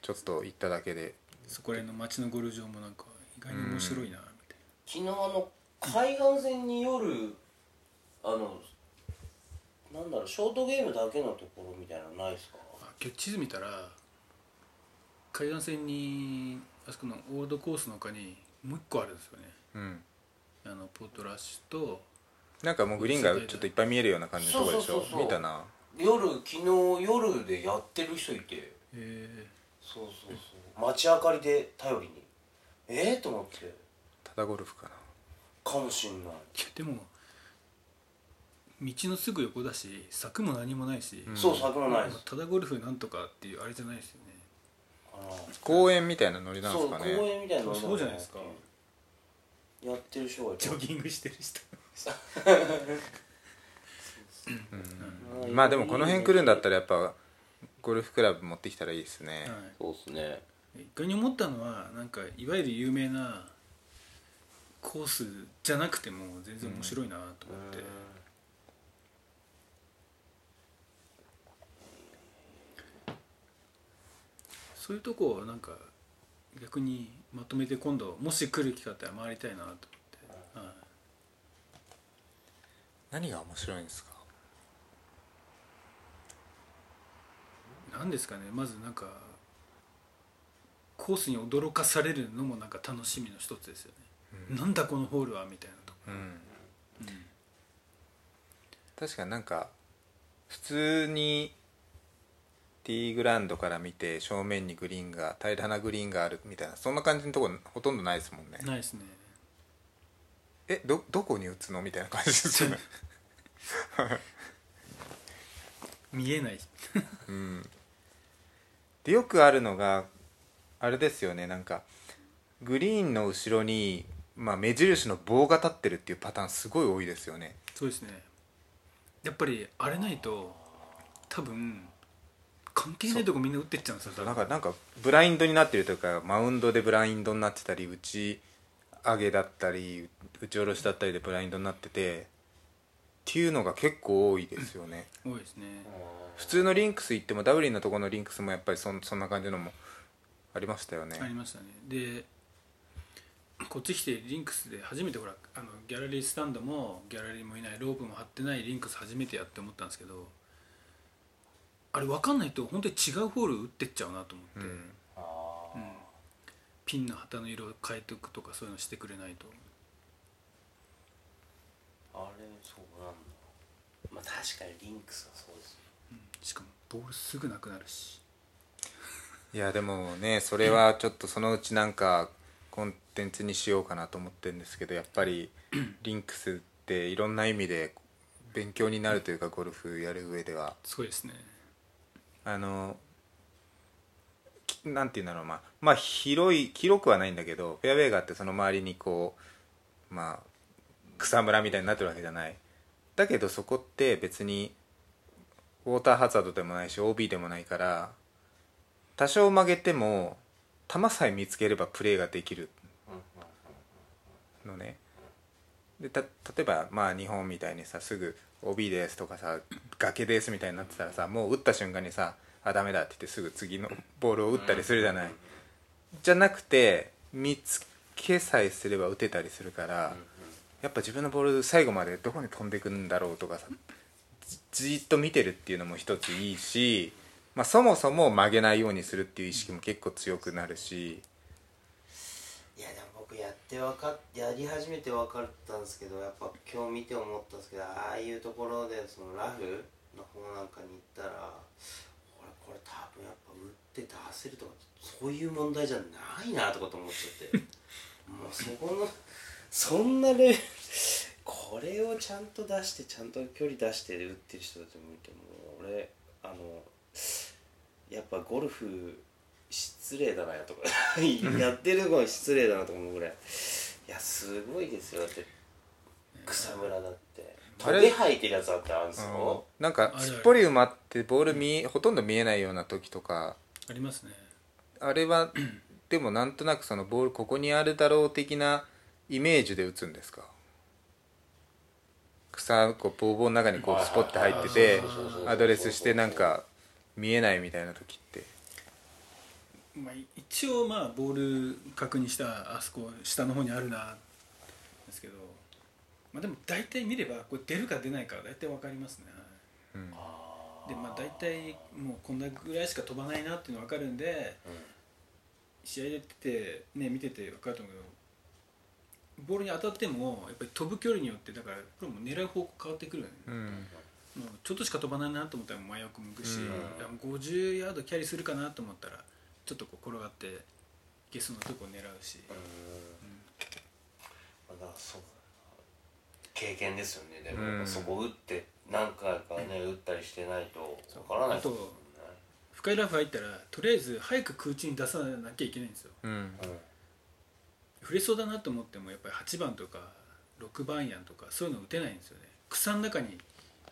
Speaker 1: ちょっと行っただけで
Speaker 3: そこら辺の街のゴルフ場もなんか意外に面白いなみたい
Speaker 2: 昨日あの海岸線に夜あのなんだろうショートゲームだけのところみたいなのないですか
Speaker 3: な、あ今日地図見たら海岸線にあそこのオールドコースの丘にもう一個あるんですよね
Speaker 1: うん
Speaker 3: あのポートラッシュと
Speaker 1: なんかもうグリーンがちょっといっぱい見えるような感じのとこでし
Speaker 2: そう
Speaker 1: ょ
Speaker 2: そうそうそう
Speaker 1: 見たな
Speaker 2: 夜昨日夜でやってる人いて
Speaker 3: え
Speaker 2: そうそうそう街明かりで頼りにええと思って
Speaker 1: タダゴルフかな
Speaker 2: かもしんない
Speaker 3: いやでも道のすぐ横だし柵も何もないし、
Speaker 1: うん
Speaker 2: そう柵もないです、
Speaker 3: ただゴルフなんとかっていうあれじゃないですよね
Speaker 1: 公園みたいなノリなんで
Speaker 2: そう
Speaker 1: すか
Speaker 2: 公
Speaker 1: ね
Speaker 2: 園みたいなの
Speaker 3: そうじゃないですか
Speaker 2: やってる人がいた
Speaker 3: ギングしてる人
Speaker 1: うんまあでもこの辺来るんだったらやっぱゴルフクラブ持ってきたらいいですね、
Speaker 3: はい
Speaker 4: そうですね
Speaker 3: 一回に思ったのはなんかいわゆる有名なコースじゃなくても全然面白いなと思って、そういうとこをなんか逆にまとめて今度もし来る機会あったら回りたいなと思って、はい
Speaker 1: 何が面白いんですか
Speaker 3: なんですかねまずなんかコースに驚かされるのもなんか楽しみの一つですよね、なんだこのホールはみたいなとこ
Speaker 1: うん確かになんか普通にティーグラウンドから見て正面にグリーンが平らなグリーンがあるみたいなそんな感じのとこほとんどないですもんね
Speaker 3: ないですね
Speaker 1: えどどこに打つのみたいな感じですよね
Speaker 3: 見えない
Speaker 1: うんでよくあるのがあれですよねなんかグリーンの後ろに、まあ、目印の棒が立ってるっていうパターンすごい多いですよね
Speaker 3: そうですねやっぱりあれないと多分関係ないとこみんな打ってっちゃうんですよ多
Speaker 1: なん
Speaker 3: 分
Speaker 1: かなんかブラインドになってるというかマウンドでブラインドになってたり打ち上げだったり打ち下ろしだったりでブラインドになっててっていうのが結構多いですよね
Speaker 3: 多いですね
Speaker 1: 普通のリンクス行ってもダブリンのところのリンクスもやっぱりそんそんな感じのもありましたよね
Speaker 3: ありましたねでこっち来てリンクスで初めてほらあのギャラリースタンドもギャラリーもいないロープも張ってないリンクス初めてやって思ったんですけどあれ分かんないと本当に違うホール打ってっちゃうなと思
Speaker 1: う
Speaker 3: って、
Speaker 1: ん
Speaker 3: うんピンの旗の色を変えておくとかそういうのしてくれないと
Speaker 2: あれそうなんだ
Speaker 4: まあ確かにリンクスはそうです
Speaker 3: しかもボールすぐなくなるし
Speaker 1: いやでもねそれはちょっとそのうちなんかコンテンツにしようかなと思ってるんですけどやっぱりリンクスっていろんな意味で勉強になるというかゴルフやる上では。
Speaker 3: すごいですね
Speaker 1: あのきなんていうんだろうまあ、まあ、広い広くはないんだけどフェアウェイがあってその周りにこうまあ草むらみたいになってるわけじゃないだけどそこって別にウォーターハザードでもないし OB でもないから多少曲げても球さえ見つければプレーができるのねでた例えばまあ日本みたいにさすぐ OB ですとかさ崖ですみたいになってたらさもう打った瞬間にさあダメだって言ってすぐ次のボールを打ったりするじゃない、じゃなくて見つけさえすれば打てたりするから、やっぱ自分のボール最後までどこに飛んでくんだろうとかさじじーっと見てるっていうのも一ついいし、まあ、そもそも曲げないようにするっていう意識も結構強くなるし、
Speaker 2: いやでも僕やってわかっやり始めて分かったんですけどやっぱ今日見て思ったんですけどああいうところでそのラフの方なんかに行ったら俺これ多分やっぱ打って出せるとかそういう問題じゃないなとかと思っちゃってもうそこのそんなレベルこれをちゃんと出してちゃんと距離出して打ってる人たちもいてもう俺あのやっぱゴルフ失礼だなとか [LAUGHS] やってる方が失礼だなと思うぐらいいやすごいですよだって草むらだって
Speaker 1: あ
Speaker 2: ト
Speaker 1: れ
Speaker 2: ゲ生えてるやつあってあるんですよ
Speaker 1: なんかすっぽり埋まってボール見えほとんど見えないような時とか
Speaker 3: ありますね
Speaker 1: あれは [CLEARS THROAT] でもなんとなくそのボールここにあるだろう的なイメージで打つんですか草こうボーボーの中にこうスポッて入ってて
Speaker 2: そうそうそうそう
Speaker 1: アドレスしてなんか見えないみたいな時って
Speaker 3: まあ、一応まあボール確認したらあそこ下の方にあるなですけど、まあ、でも大体見ればこれ出るか出ないか大体分かりますね、
Speaker 1: うん
Speaker 3: でまあ大体もうこんなぐらいしか飛ばないなっていうの分かるんで、試合やってて、ね、見てて分かると思うけどボールに当たってもやっぱり飛ぶ距離によってだからこれも狙う方向変わってくるよね、
Speaker 1: うん
Speaker 3: もうちょっとしか飛ばないなと思ったら真横向くし、
Speaker 1: うん
Speaker 3: いや50ヤードキャリーするかなと思ったらちちょっとこう転がってゲスのとこ狙うし、
Speaker 2: うんまあだからそう経験ですよねでも
Speaker 1: うん
Speaker 2: やっぱそこ打って何回かね打ったりしてないとわからないですもんね
Speaker 3: 深いラフ入ったらとりあえず早く空中に出さなきゃいけないんですよ
Speaker 1: うん
Speaker 2: うん
Speaker 3: 触れそうだなと思ってもやっぱり8番とか6番やんとかそういうの打てないんですよね草の中に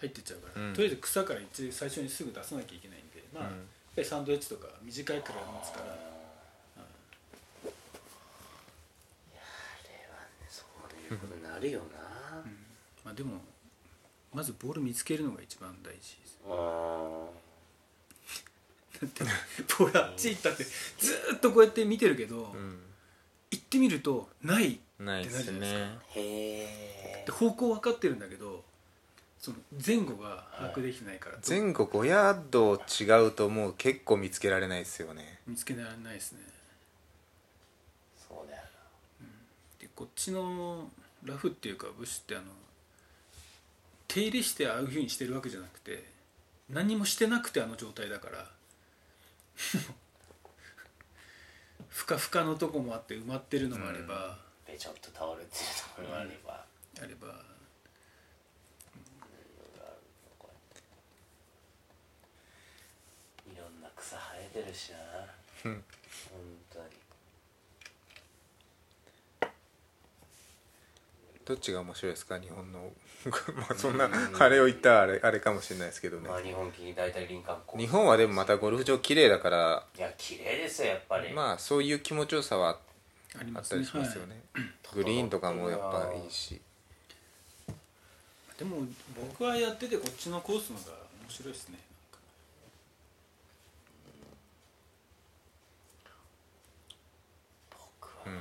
Speaker 3: 入ってっちゃうから、
Speaker 1: うん
Speaker 3: とりあえず草から一最初にすぐ出さなきゃいけないんでまあ、
Speaker 1: うん
Speaker 3: やっぱりサンドウェッジとか短いクラブ持つから
Speaker 2: あれはねそういうことになるよな
Speaker 3: まあでもまずボール見つけるのが一番大事です
Speaker 2: うん
Speaker 3: だってボールあっち行ったってずーっとこうやって見てるけど、行ってみるとない
Speaker 1: ないです
Speaker 3: ってなるじゃな
Speaker 1: ね
Speaker 2: へえ
Speaker 3: で方向分かってるんだけどその前後が把握できてないから
Speaker 1: 前後5ヤード違うともう結構見つけられないですよね
Speaker 3: 見つけられないですね
Speaker 2: そうだよ
Speaker 3: でこっちのラフっていうかブッシュってあの手入れしてああいうふうにしてるわけじゃなくて何もしてなくてあの状態だからふかふかのとこもあって埋まってるのもあれば、
Speaker 2: なべちょっと倒れてるところもあれば
Speaker 3: あれば
Speaker 2: いろんな草生えてるしな
Speaker 1: うん
Speaker 2: 本当に
Speaker 1: どっちが面白いですか日本の [LAUGHS] まあそんなあれを言ったらあれあれかもしれないですけどね
Speaker 2: まあ日本近大体林間コース
Speaker 1: 日本はでもまたゴルフ場綺麗だから
Speaker 2: いや綺麗ですよやっぱり、
Speaker 1: まあそういう気持ちよさは
Speaker 3: あり
Speaker 1: あ
Speaker 3: ま
Speaker 1: っ
Speaker 3: す
Speaker 1: た
Speaker 3: ね
Speaker 1: りしますよ
Speaker 3: はい
Speaker 1: ねグリーンとかもやっぱいいし
Speaker 3: でも僕はやっててこっちのコースの方が面白いですね
Speaker 2: 僕
Speaker 1: う
Speaker 2: は
Speaker 1: ん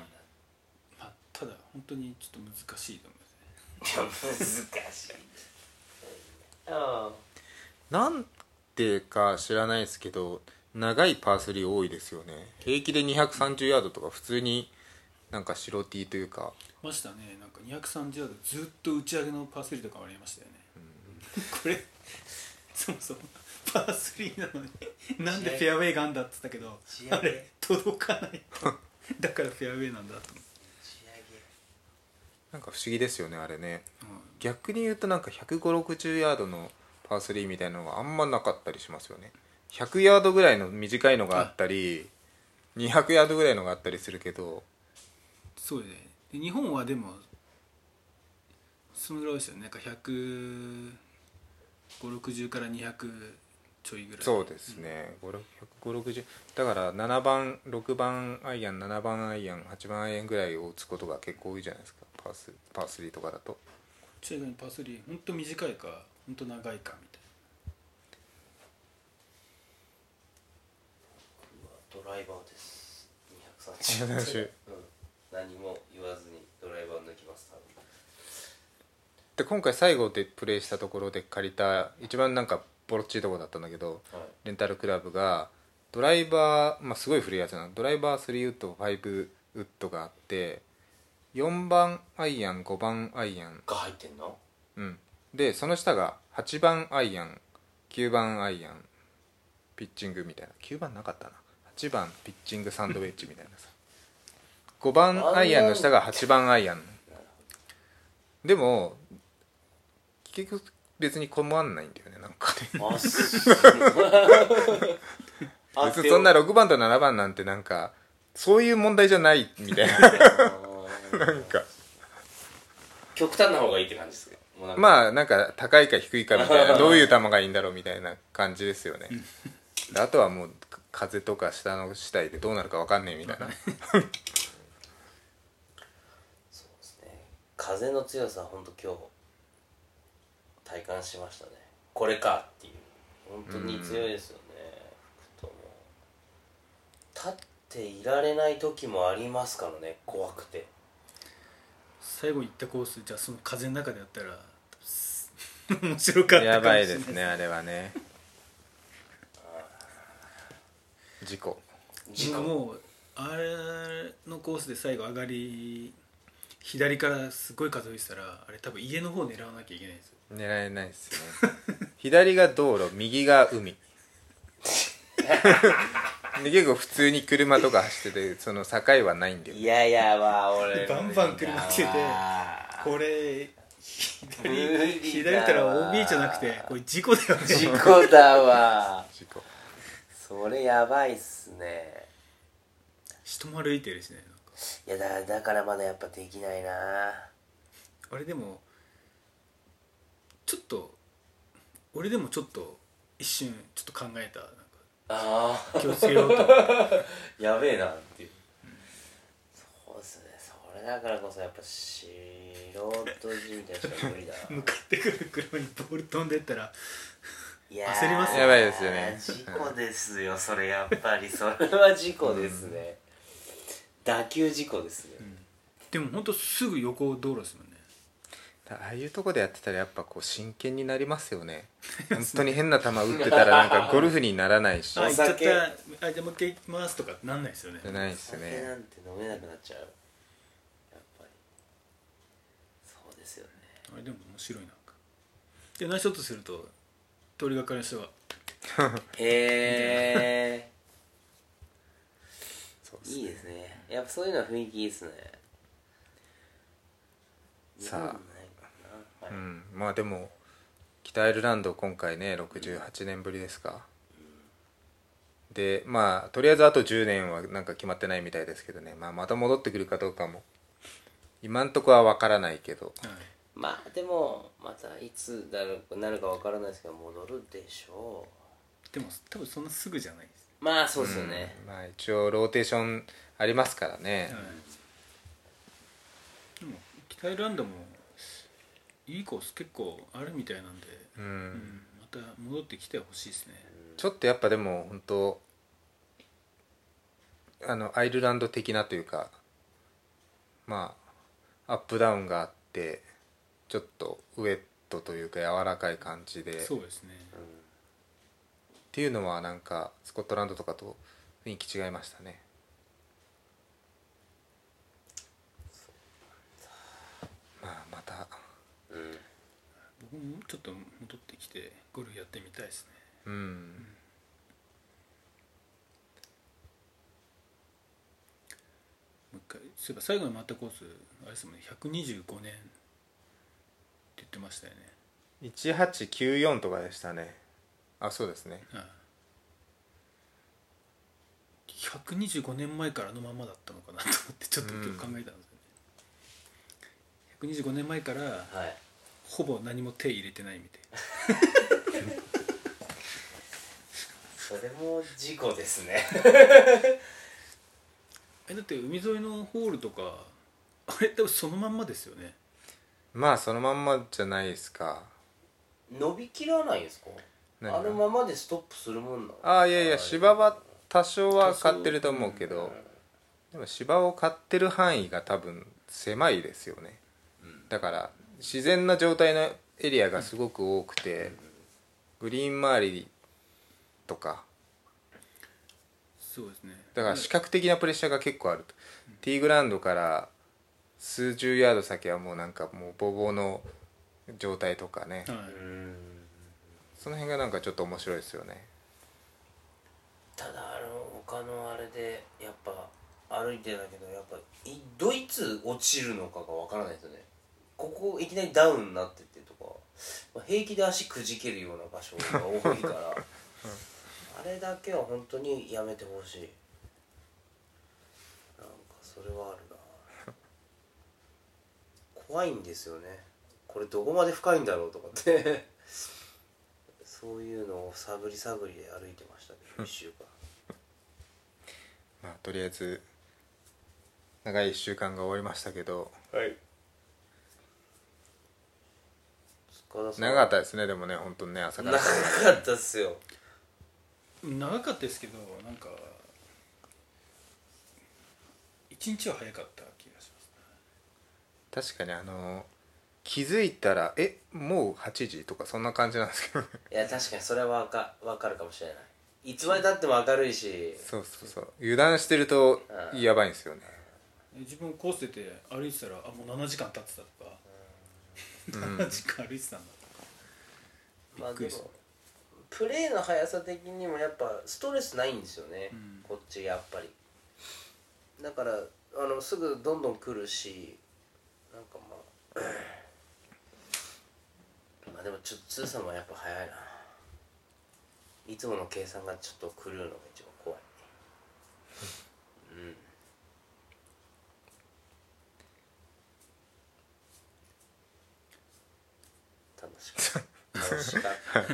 Speaker 3: まあ、ただ本当にちょっと難しいと思いますね
Speaker 2: いや難しいあ
Speaker 1: なんてか知らないですけど長いパー3多いですよね平気で230ヤードとか普通になんか白 T というか
Speaker 3: ましたねなんか230ヤードずっと打ち上げのパー3とかもありましたよね、これそもそもパー3なのになんでフェアウェイがあんだっつったけど
Speaker 2: 打ち上げ
Speaker 3: あれ届かないとだからフェアウェイなんだと思
Speaker 2: 仕
Speaker 1: なんか不思議ですよねあれね
Speaker 3: って、
Speaker 1: 逆に言うとなんか15060ヤードのパー3みたいなのがあんまなかったりしますよね100ヤードぐらいの短いのがあったり200ヤードぐらいのがあったりするけど
Speaker 3: そうねで日本はでもそのぐらいですよねなんか15060から200ちょいぐらい
Speaker 1: そうですね560だから7番6番アイアン7番アイアン8番アイアンぐらいを打つことが結構多いじゃないですかパースパー3とかだと
Speaker 3: ちなみにパー3本当短いか本当長いかみたい
Speaker 2: 上げドライバーです
Speaker 1: 230
Speaker 2: 230うん何も言わずにドライバー抜きます多
Speaker 1: で今回最後でプレイしたところで借りた一番なんかボロっちいとこだったんだけど
Speaker 2: 分はい
Speaker 1: レンタルクラブがドライバー、まあ、すごい古いやつなのドライバー3ウッド5ウッドがあって4番アイアン5番アイアン
Speaker 2: が入ってんの
Speaker 1: うんでその下が8番アイアン9番アイアンピッチングみたいな9番なかったな8番ピッチングサンドウェッジみたいなさ5番アイアンの下が8番アイアンでも結局別に困んないんだよねなんかね
Speaker 2: あす
Speaker 1: [LAUGHS] 別にそんな6番と7番なんてなんかそういう問題じゃないみたいななんか
Speaker 2: 極端な方がいいって感じですかもうなんか
Speaker 1: まあなんか高いか低いかみたいなどういう球がいいんだろうみたいな感じですよねであとはもうか風とか下の次第でどうなるかわかんねえみたいな
Speaker 2: そうですね風の強さは本当今日体感しましたねこれかっていう本当に強いですよね、ふとも立っていられない時もありますからね怖くて
Speaker 3: な最後行ったコースじゃあその風の中でやったら面白かったかもしれない
Speaker 1: やばいですねあれはね事故
Speaker 2: 時間
Speaker 3: もうあれのコースで最後上がり左からすごい風吹いてたらあれ多分家の方狙わなきゃいけないんですよ
Speaker 1: 狙えないですね左が道路右が海で結構普通に車とか走っててその境はないんだよ
Speaker 2: いやいやわ俺
Speaker 3: バンバン車来ててこれ左
Speaker 2: 無理だわ
Speaker 3: 左行ったら OB じゃなくてこれ事故だよね
Speaker 2: 事故だわ
Speaker 1: 事故
Speaker 2: それやばいっすね
Speaker 3: 人も歩いてるしねなんか
Speaker 2: いやだだからまだやっぱできないな
Speaker 3: あれでもちょっと俺でもちょっと一瞬ちょっと考えたなん
Speaker 2: あ
Speaker 3: か気をつけようと [LAUGHS] 思って
Speaker 2: やべえなっていうそうっすねそれだからこそやっぱ素人じみたいな人は無理だな
Speaker 3: [LAUGHS] 向かってくる車にボール飛んでったら
Speaker 2: いや
Speaker 3: 焦ります
Speaker 1: やばいですよね
Speaker 3: [LAUGHS]
Speaker 2: 事故ですよそれやっぱりそれは事故ですね、打球事故ですね、
Speaker 3: でもほんとすぐ横道路ですもんね
Speaker 1: だああいうとこでやってたらやっぱこう真剣になりますよ [LAUGHS] ね本当に変な球打ってたらなんかゴルフにならないし [LAUGHS]
Speaker 3: あ行っ
Speaker 2: お
Speaker 3: ちゃっ
Speaker 2: 酒
Speaker 3: たあじゃあもう一回行きますとかなんないですよね
Speaker 1: じゃないです
Speaker 2: 酒
Speaker 1: よ
Speaker 2: な
Speaker 1: ね
Speaker 2: んて飲めなくなっちゃうやっぱりそうですよね
Speaker 3: あれでも面白いななんかでナイスショットすると通りがかりの人が
Speaker 2: へえ
Speaker 1: そう
Speaker 2: いいですねやっぱそういうのは雰囲気いいですね
Speaker 1: さあ
Speaker 2: 日本ないかなは
Speaker 1: う
Speaker 2: い
Speaker 1: んまあでも北アイルランド今回ね68年ぶりですか、でまあとりあえずあと10年はなんか決まってないみたいですけどね、まあ、また戻ってくるかどうかも今んとこは分からないけど
Speaker 3: はい
Speaker 2: まあでもまたいつだろうなるかわからないですけど戻るでしょ
Speaker 3: でも多分そんなすぐじゃないです、
Speaker 2: うまあそうですよね、
Speaker 1: うんまあ、一応ローテーションありますからね、
Speaker 3: でも北アイルランドもいいコース結構あるみたいなんで、
Speaker 1: うん
Speaker 3: うんまた戻ってきてほしいですね
Speaker 1: ちょっとやっぱでも本当あのアイルランド的なというかまあアップダウンがあってちょっとウェットというか柔らかい感じでっ
Speaker 3: そうですね
Speaker 1: ていうのはなんかスコットランドとかと雰囲気違いましたねまあまた
Speaker 3: 僕もちょっと戻ってきてゴルフやってみたいですね
Speaker 1: うん
Speaker 3: もう一回そういえば最後に回ったコースあれですもんね125年って言ってましたよね
Speaker 1: 1894とかでしたねあそうですね
Speaker 3: はい125年前からのままだったのかなと思ってちょっと今日考えたんですよね、125年前から
Speaker 2: はい
Speaker 3: ほぼ何も手入れてないみたいな
Speaker 2: それも事故ですね [LAUGHS]
Speaker 3: えだって海沿いのホールとかあれ多分そのまんまですよね
Speaker 1: まあそのまんまじゃないですか
Speaker 2: 伸びきらないんですか
Speaker 1: 何が
Speaker 2: あのままでストップするもんなの
Speaker 1: ああいやいや芝は多少は
Speaker 3: 多少
Speaker 1: 買ってると思うけどでも芝を買ってる範囲が多分狭いですよねだから自然な状態のエリアがすごく多くてグリーン周りとか
Speaker 3: そうですね
Speaker 1: だから視覚的なプレッシャーが結構あるとティーグラウンドから数十ヤード先はもうなんかもうボーボーの状態とかね
Speaker 3: は
Speaker 2: う
Speaker 3: い
Speaker 2: ん
Speaker 1: その辺がなんかちょっと面白いですよね
Speaker 2: ただあの他のあれでやっぱ歩いてたけどやっぱいどいつ落ちるのかがわからないですよねここいきなりダウンになっててとか、まあ平気で足くじけるような場所が多いから、あれだけは本当にやめてほしいなんかそれはあるな怖いんですよねこれどこまで深いんだろうとかってそういうのを探り探りで歩いてましたけど1週間
Speaker 1: まあとりあえず長い1週間が終わりましたけど
Speaker 2: はい。塚田さん。
Speaker 1: 長かったですねでもね本当にね朝か
Speaker 2: 長
Speaker 1: ら
Speaker 2: かったっすよ。
Speaker 3: 長かったですけどなんか一日は早かった気がします
Speaker 1: 確かにあの気づいたらえもう8時とかそんな感じなんです
Speaker 2: [LAUGHS]
Speaker 1: けど
Speaker 2: いや確かにそれはわかわかるかもしれない。いつまで経っても明るいし。
Speaker 1: そうそうそう油断してると
Speaker 2: うん
Speaker 1: やばいんです
Speaker 2: [LAUGHS]
Speaker 1: よね
Speaker 3: 自分コース出て歩いてたらあもう7時間経ってたとか、7時間歩いてたんだとか
Speaker 2: まあ
Speaker 3: びっ
Speaker 2: で
Speaker 3: くりした
Speaker 2: もプレーの速さ的にもやっぱストレスないんですよね、
Speaker 3: うん
Speaker 2: こっちやっぱりだからあのすぐどんどん来るしなんかまあ [CLEARS THROAT] まあでもちょっと通さんもやっぱ早いないつもの計算がちょっと狂うのが一番怖いうん楽しかった楽しかったと思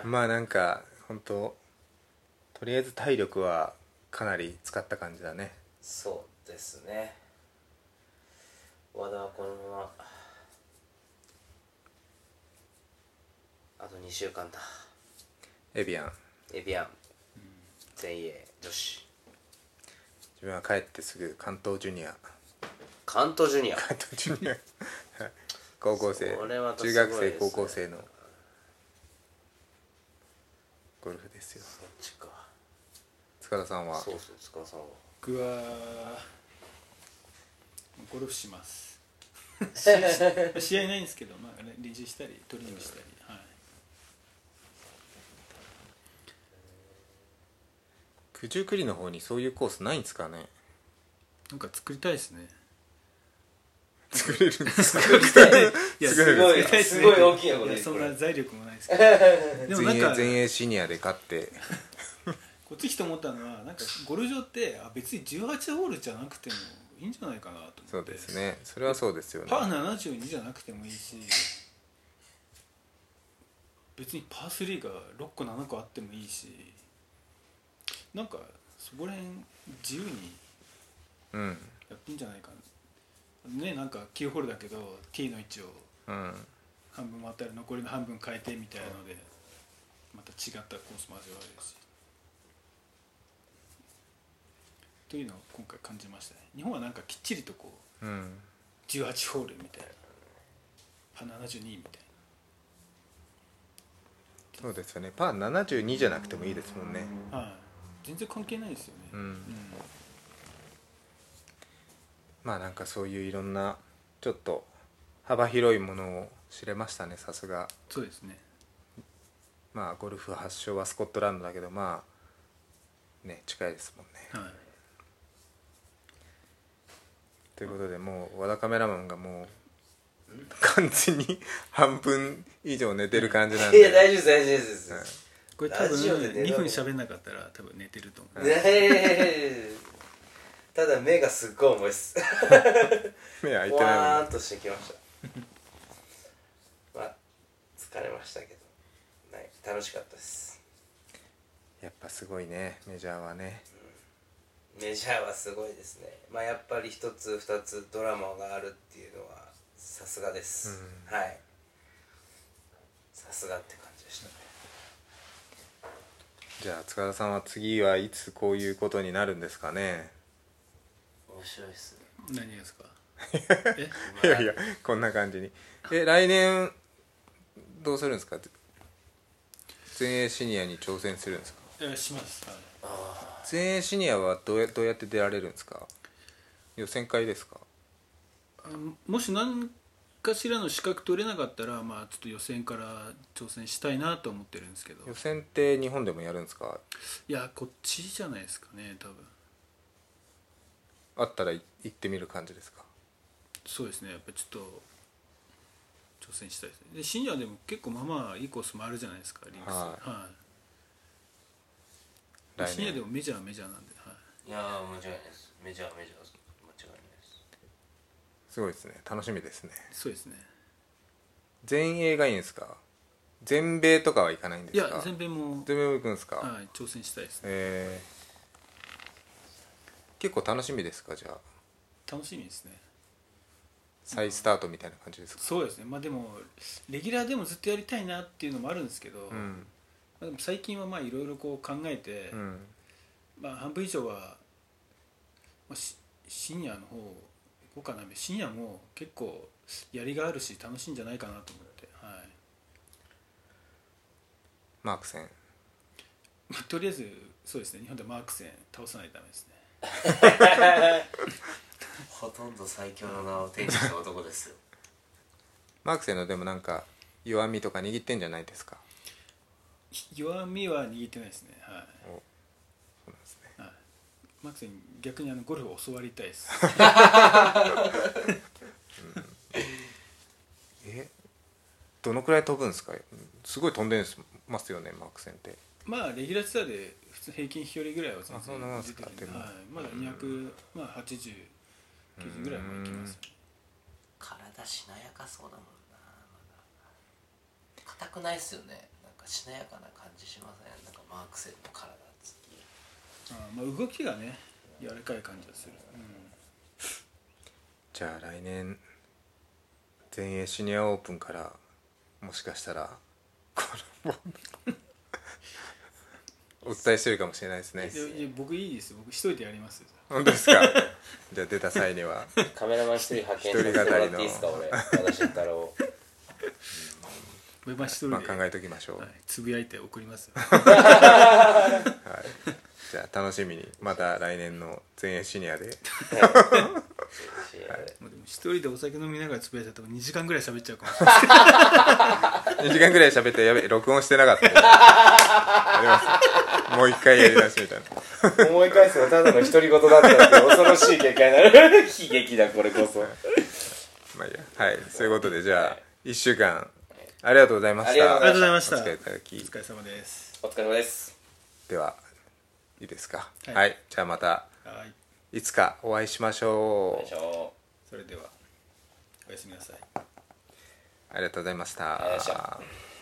Speaker 2: うな
Speaker 1: まあなんか本当とりあえず体力はかなり使った感じだね
Speaker 2: そうですね和田はこのままあと2週間だ
Speaker 1: エビアン
Speaker 2: エビアン全英女子
Speaker 1: 自分は帰ってすぐ関東ジュニア [LAUGHS]
Speaker 2: 関東ジュニア
Speaker 1: 関東ジュニア [LAUGHS] はい高校生
Speaker 2: それまたすご
Speaker 1: 中
Speaker 2: いです
Speaker 1: 学生高校生のゴルフですよ
Speaker 2: そっちか
Speaker 1: 塚田さんは
Speaker 2: そうそう塚さんは
Speaker 3: 僕はゴルフします試合ないんですけど、まあね、練習したりトレーニングしたり、はい、
Speaker 1: 九十九里の方にそういうコースないんですかね [LAUGHS]
Speaker 3: なんか作りたいですね
Speaker 1: 作れるんですか
Speaker 3: いや
Speaker 1: す
Speaker 2: ごい
Speaker 3: 作りたですね
Speaker 2: ごい大きなこと
Speaker 3: い
Speaker 2: で
Speaker 3: や
Speaker 2: す
Speaker 3: そ
Speaker 2: こ
Speaker 3: ん
Speaker 2: れ
Speaker 3: な財力もないですけどでもな
Speaker 1: 全
Speaker 3: ん
Speaker 1: 英
Speaker 3: か
Speaker 1: 全英シニアで勝って
Speaker 3: こっち来て思ったのはなんかゴルフ場ってあ別に18ホールじゃなくてもいいんじゃないかなと思って
Speaker 1: そうですねそれはそうですよね
Speaker 3: パー72じゃなくてもいいし別にパー3が6個7個あってもいいしなんかそこら辺自由に
Speaker 1: うん
Speaker 3: やっていいんじゃないかなねなんか9ホールだけど T の位置を
Speaker 1: うん
Speaker 3: 半分回ったら残りの半分変えてみたいなのでまた違ったコースも味わえるしというのを今回感じましたね日本はなんかきっちりとこう
Speaker 1: うん
Speaker 3: 18ホールみたいなパ72みたい
Speaker 1: そうですよねパー72じゃなくてもいいですもんね
Speaker 3: な、はい、全然関係ないですよね、
Speaker 1: うん
Speaker 3: うん
Speaker 1: まあなんかそういういろんなちょっと幅広いものを知れましたねさすが
Speaker 3: そうですね
Speaker 1: まあゴルフ発祥はスコットランドだけどまあね近いですもんね
Speaker 3: はい
Speaker 1: ということでもう和田カメラマンがもう完全に半分以上寝てる感じなん
Speaker 2: いや
Speaker 1: で
Speaker 2: 大丈夫です大丈夫です、
Speaker 1: はい
Speaker 3: これ多
Speaker 2: ラジオで
Speaker 3: 分
Speaker 2: 寝ろ
Speaker 3: 2分喋んなかったら多分寝てると思う、
Speaker 2: ねただ目がすっごい重いっす
Speaker 1: 目開いてない
Speaker 2: わ
Speaker 1: も
Speaker 2: ー
Speaker 1: ん
Speaker 2: っとしてきましたまあ疲れましたけど、はい、楽しかったです
Speaker 1: やっぱすごいねメジャーはね
Speaker 2: メジャーはすごいですねまあやっぱり一つ二つドラマがあるっていうのはさすがです、はいさすがって感じでしたね
Speaker 1: じゃあ塚田さんは次はいつこういうことになるんですかね
Speaker 2: 面白いっすね
Speaker 3: 何
Speaker 2: [LAUGHS]
Speaker 3: がですかえ
Speaker 1: いやいやこんな感じにえ来年どうするんですか全英シニアに挑戦するんですか
Speaker 3: いやします、はい
Speaker 1: 全英シニアはどうやどうやって出られるんですか予選会ですか
Speaker 3: あもし何かしらの資格取れなかったらまあちょっと予選から挑戦したいなと思ってるんですけど
Speaker 1: 予選って日本でもやるんですか
Speaker 3: いやこっちじゃないですかね多分
Speaker 1: あったらい行ってみる感じですか
Speaker 3: そうですねやっぱちょっと挑戦したいですねでシニアでも結構まあまあいいコースもあるじゃないですかリンクス
Speaker 1: は
Speaker 3: はい、
Speaker 1: 来
Speaker 3: シニアで
Speaker 1: 年
Speaker 3: もメジャーはメジャーなんで、はい、
Speaker 2: いやー間違いないですメジャーメジャーです間違いないです
Speaker 1: すごいですね楽しみですね
Speaker 3: そうですね
Speaker 1: 全英がいいんですか全米とかは行かないんで
Speaker 3: い
Speaker 1: す
Speaker 3: や
Speaker 1: か
Speaker 3: 全米も、
Speaker 1: 全米も行くんですか、
Speaker 3: はい、挑戦したいですね
Speaker 1: えー結構楽しみですかじゃあ
Speaker 3: 楽しみですね
Speaker 1: 再スタートみたいな感じですか、
Speaker 3: そうですねまあでもレギュラーでもずっとやりたいなっていうのもあるんですけど、
Speaker 1: う
Speaker 3: ま
Speaker 1: ん
Speaker 3: あでも最近はまあいろいろこう考えて、
Speaker 1: うん
Speaker 3: まあ半分以上は、まあ、し深夜の方行こうかな深夜も結構やりがあるし楽しいんじゃないかなと思って、はい
Speaker 1: マーク戦
Speaker 3: まあ、とりあえずそうですね日本でマーク戦倒さないとダメですね
Speaker 2: ほとんど最強の名を手にした男ですよ
Speaker 1: マーク戦のでもなんか弱みとか握ってんじゃないですか
Speaker 3: 弱みは握ってないですねはい
Speaker 1: そうなんですね
Speaker 3: はいマックスに逆にあのゴルフを教わりたいです
Speaker 1: [LAUGHS] えどのくらい飛ぶんですかすごい飛んでんすますよねマーク戦って
Speaker 3: まあレギュラーツアーで普通平均飛距離ぐらいは全
Speaker 1: あそんなもん
Speaker 3: 然
Speaker 1: ですか
Speaker 3: 出てるん
Speaker 1: で
Speaker 3: で
Speaker 1: も
Speaker 3: はい、まだ280、まあ、80 90ぐらいもいきます
Speaker 5: 体しなやかそうだもんな硬、くないっすよねなんかしなやかな感じしませんなんかマークセンの体つき
Speaker 3: あーまあ動きがね柔らかい感じがする、
Speaker 1: じゃあ来年全英シニアオープンからもしかしたらこの [LAUGHS] 番組お伝えしてるかもしれないですね
Speaker 3: うん、いやいや僕いいですよ僕一人でやりますよ
Speaker 1: 本当ですか [LAUGHS] じゃあ出た際には
Speaker 2: カメラマン一人派遣させてもらっていいですか俺私の太郎 [LAUGHS]
Speaker 3: 俺まあ一人で、
Speaker 1: まあ考えときましょう、
Speaker 3: はい、つぶやいて送りますよ [LAUGHS]
Speaker 1: じゃあ楽しみにまた来年の全英シニアで
Speaker 3: もうでも一人でお酒飲みながらつぶやいてたら2時間ぐらい喋っちゃうかもしれない
Speaker 1: 2時間ぐらい喋ってやべえ録音してなかったありますもう一回やり直しみたいな
Speaker 2: 思い返すのただの独り言だったって恐ろしい結果に
Speaker 5: [LAUGHS]
Speaker 2: なる [LAUGHS] 悲劇だこれこそ
Speaker 1: まあいいやはいそういうことでじゃあ1週間ありがとうございました
Speaker 2: ありがとう
Speaker 3: ありがとうございました
Speaker 1: お疲れいただき
Speaker 3: お疲れ様です
Speaker 2: お疲れ様です
Speaker 1: ではいいですかは、
Speaker 3: はいい
Speaker 1: じゃあまた
Speaker 3: はい
Speaker 1: いつかお会いしましょ
Speaker 2: よいうしょ
Speaker 3: それではおやすみなさい
Speaker 1: ありがとうございまし
Speaker 2: ありがとうございま
Speaker 1: た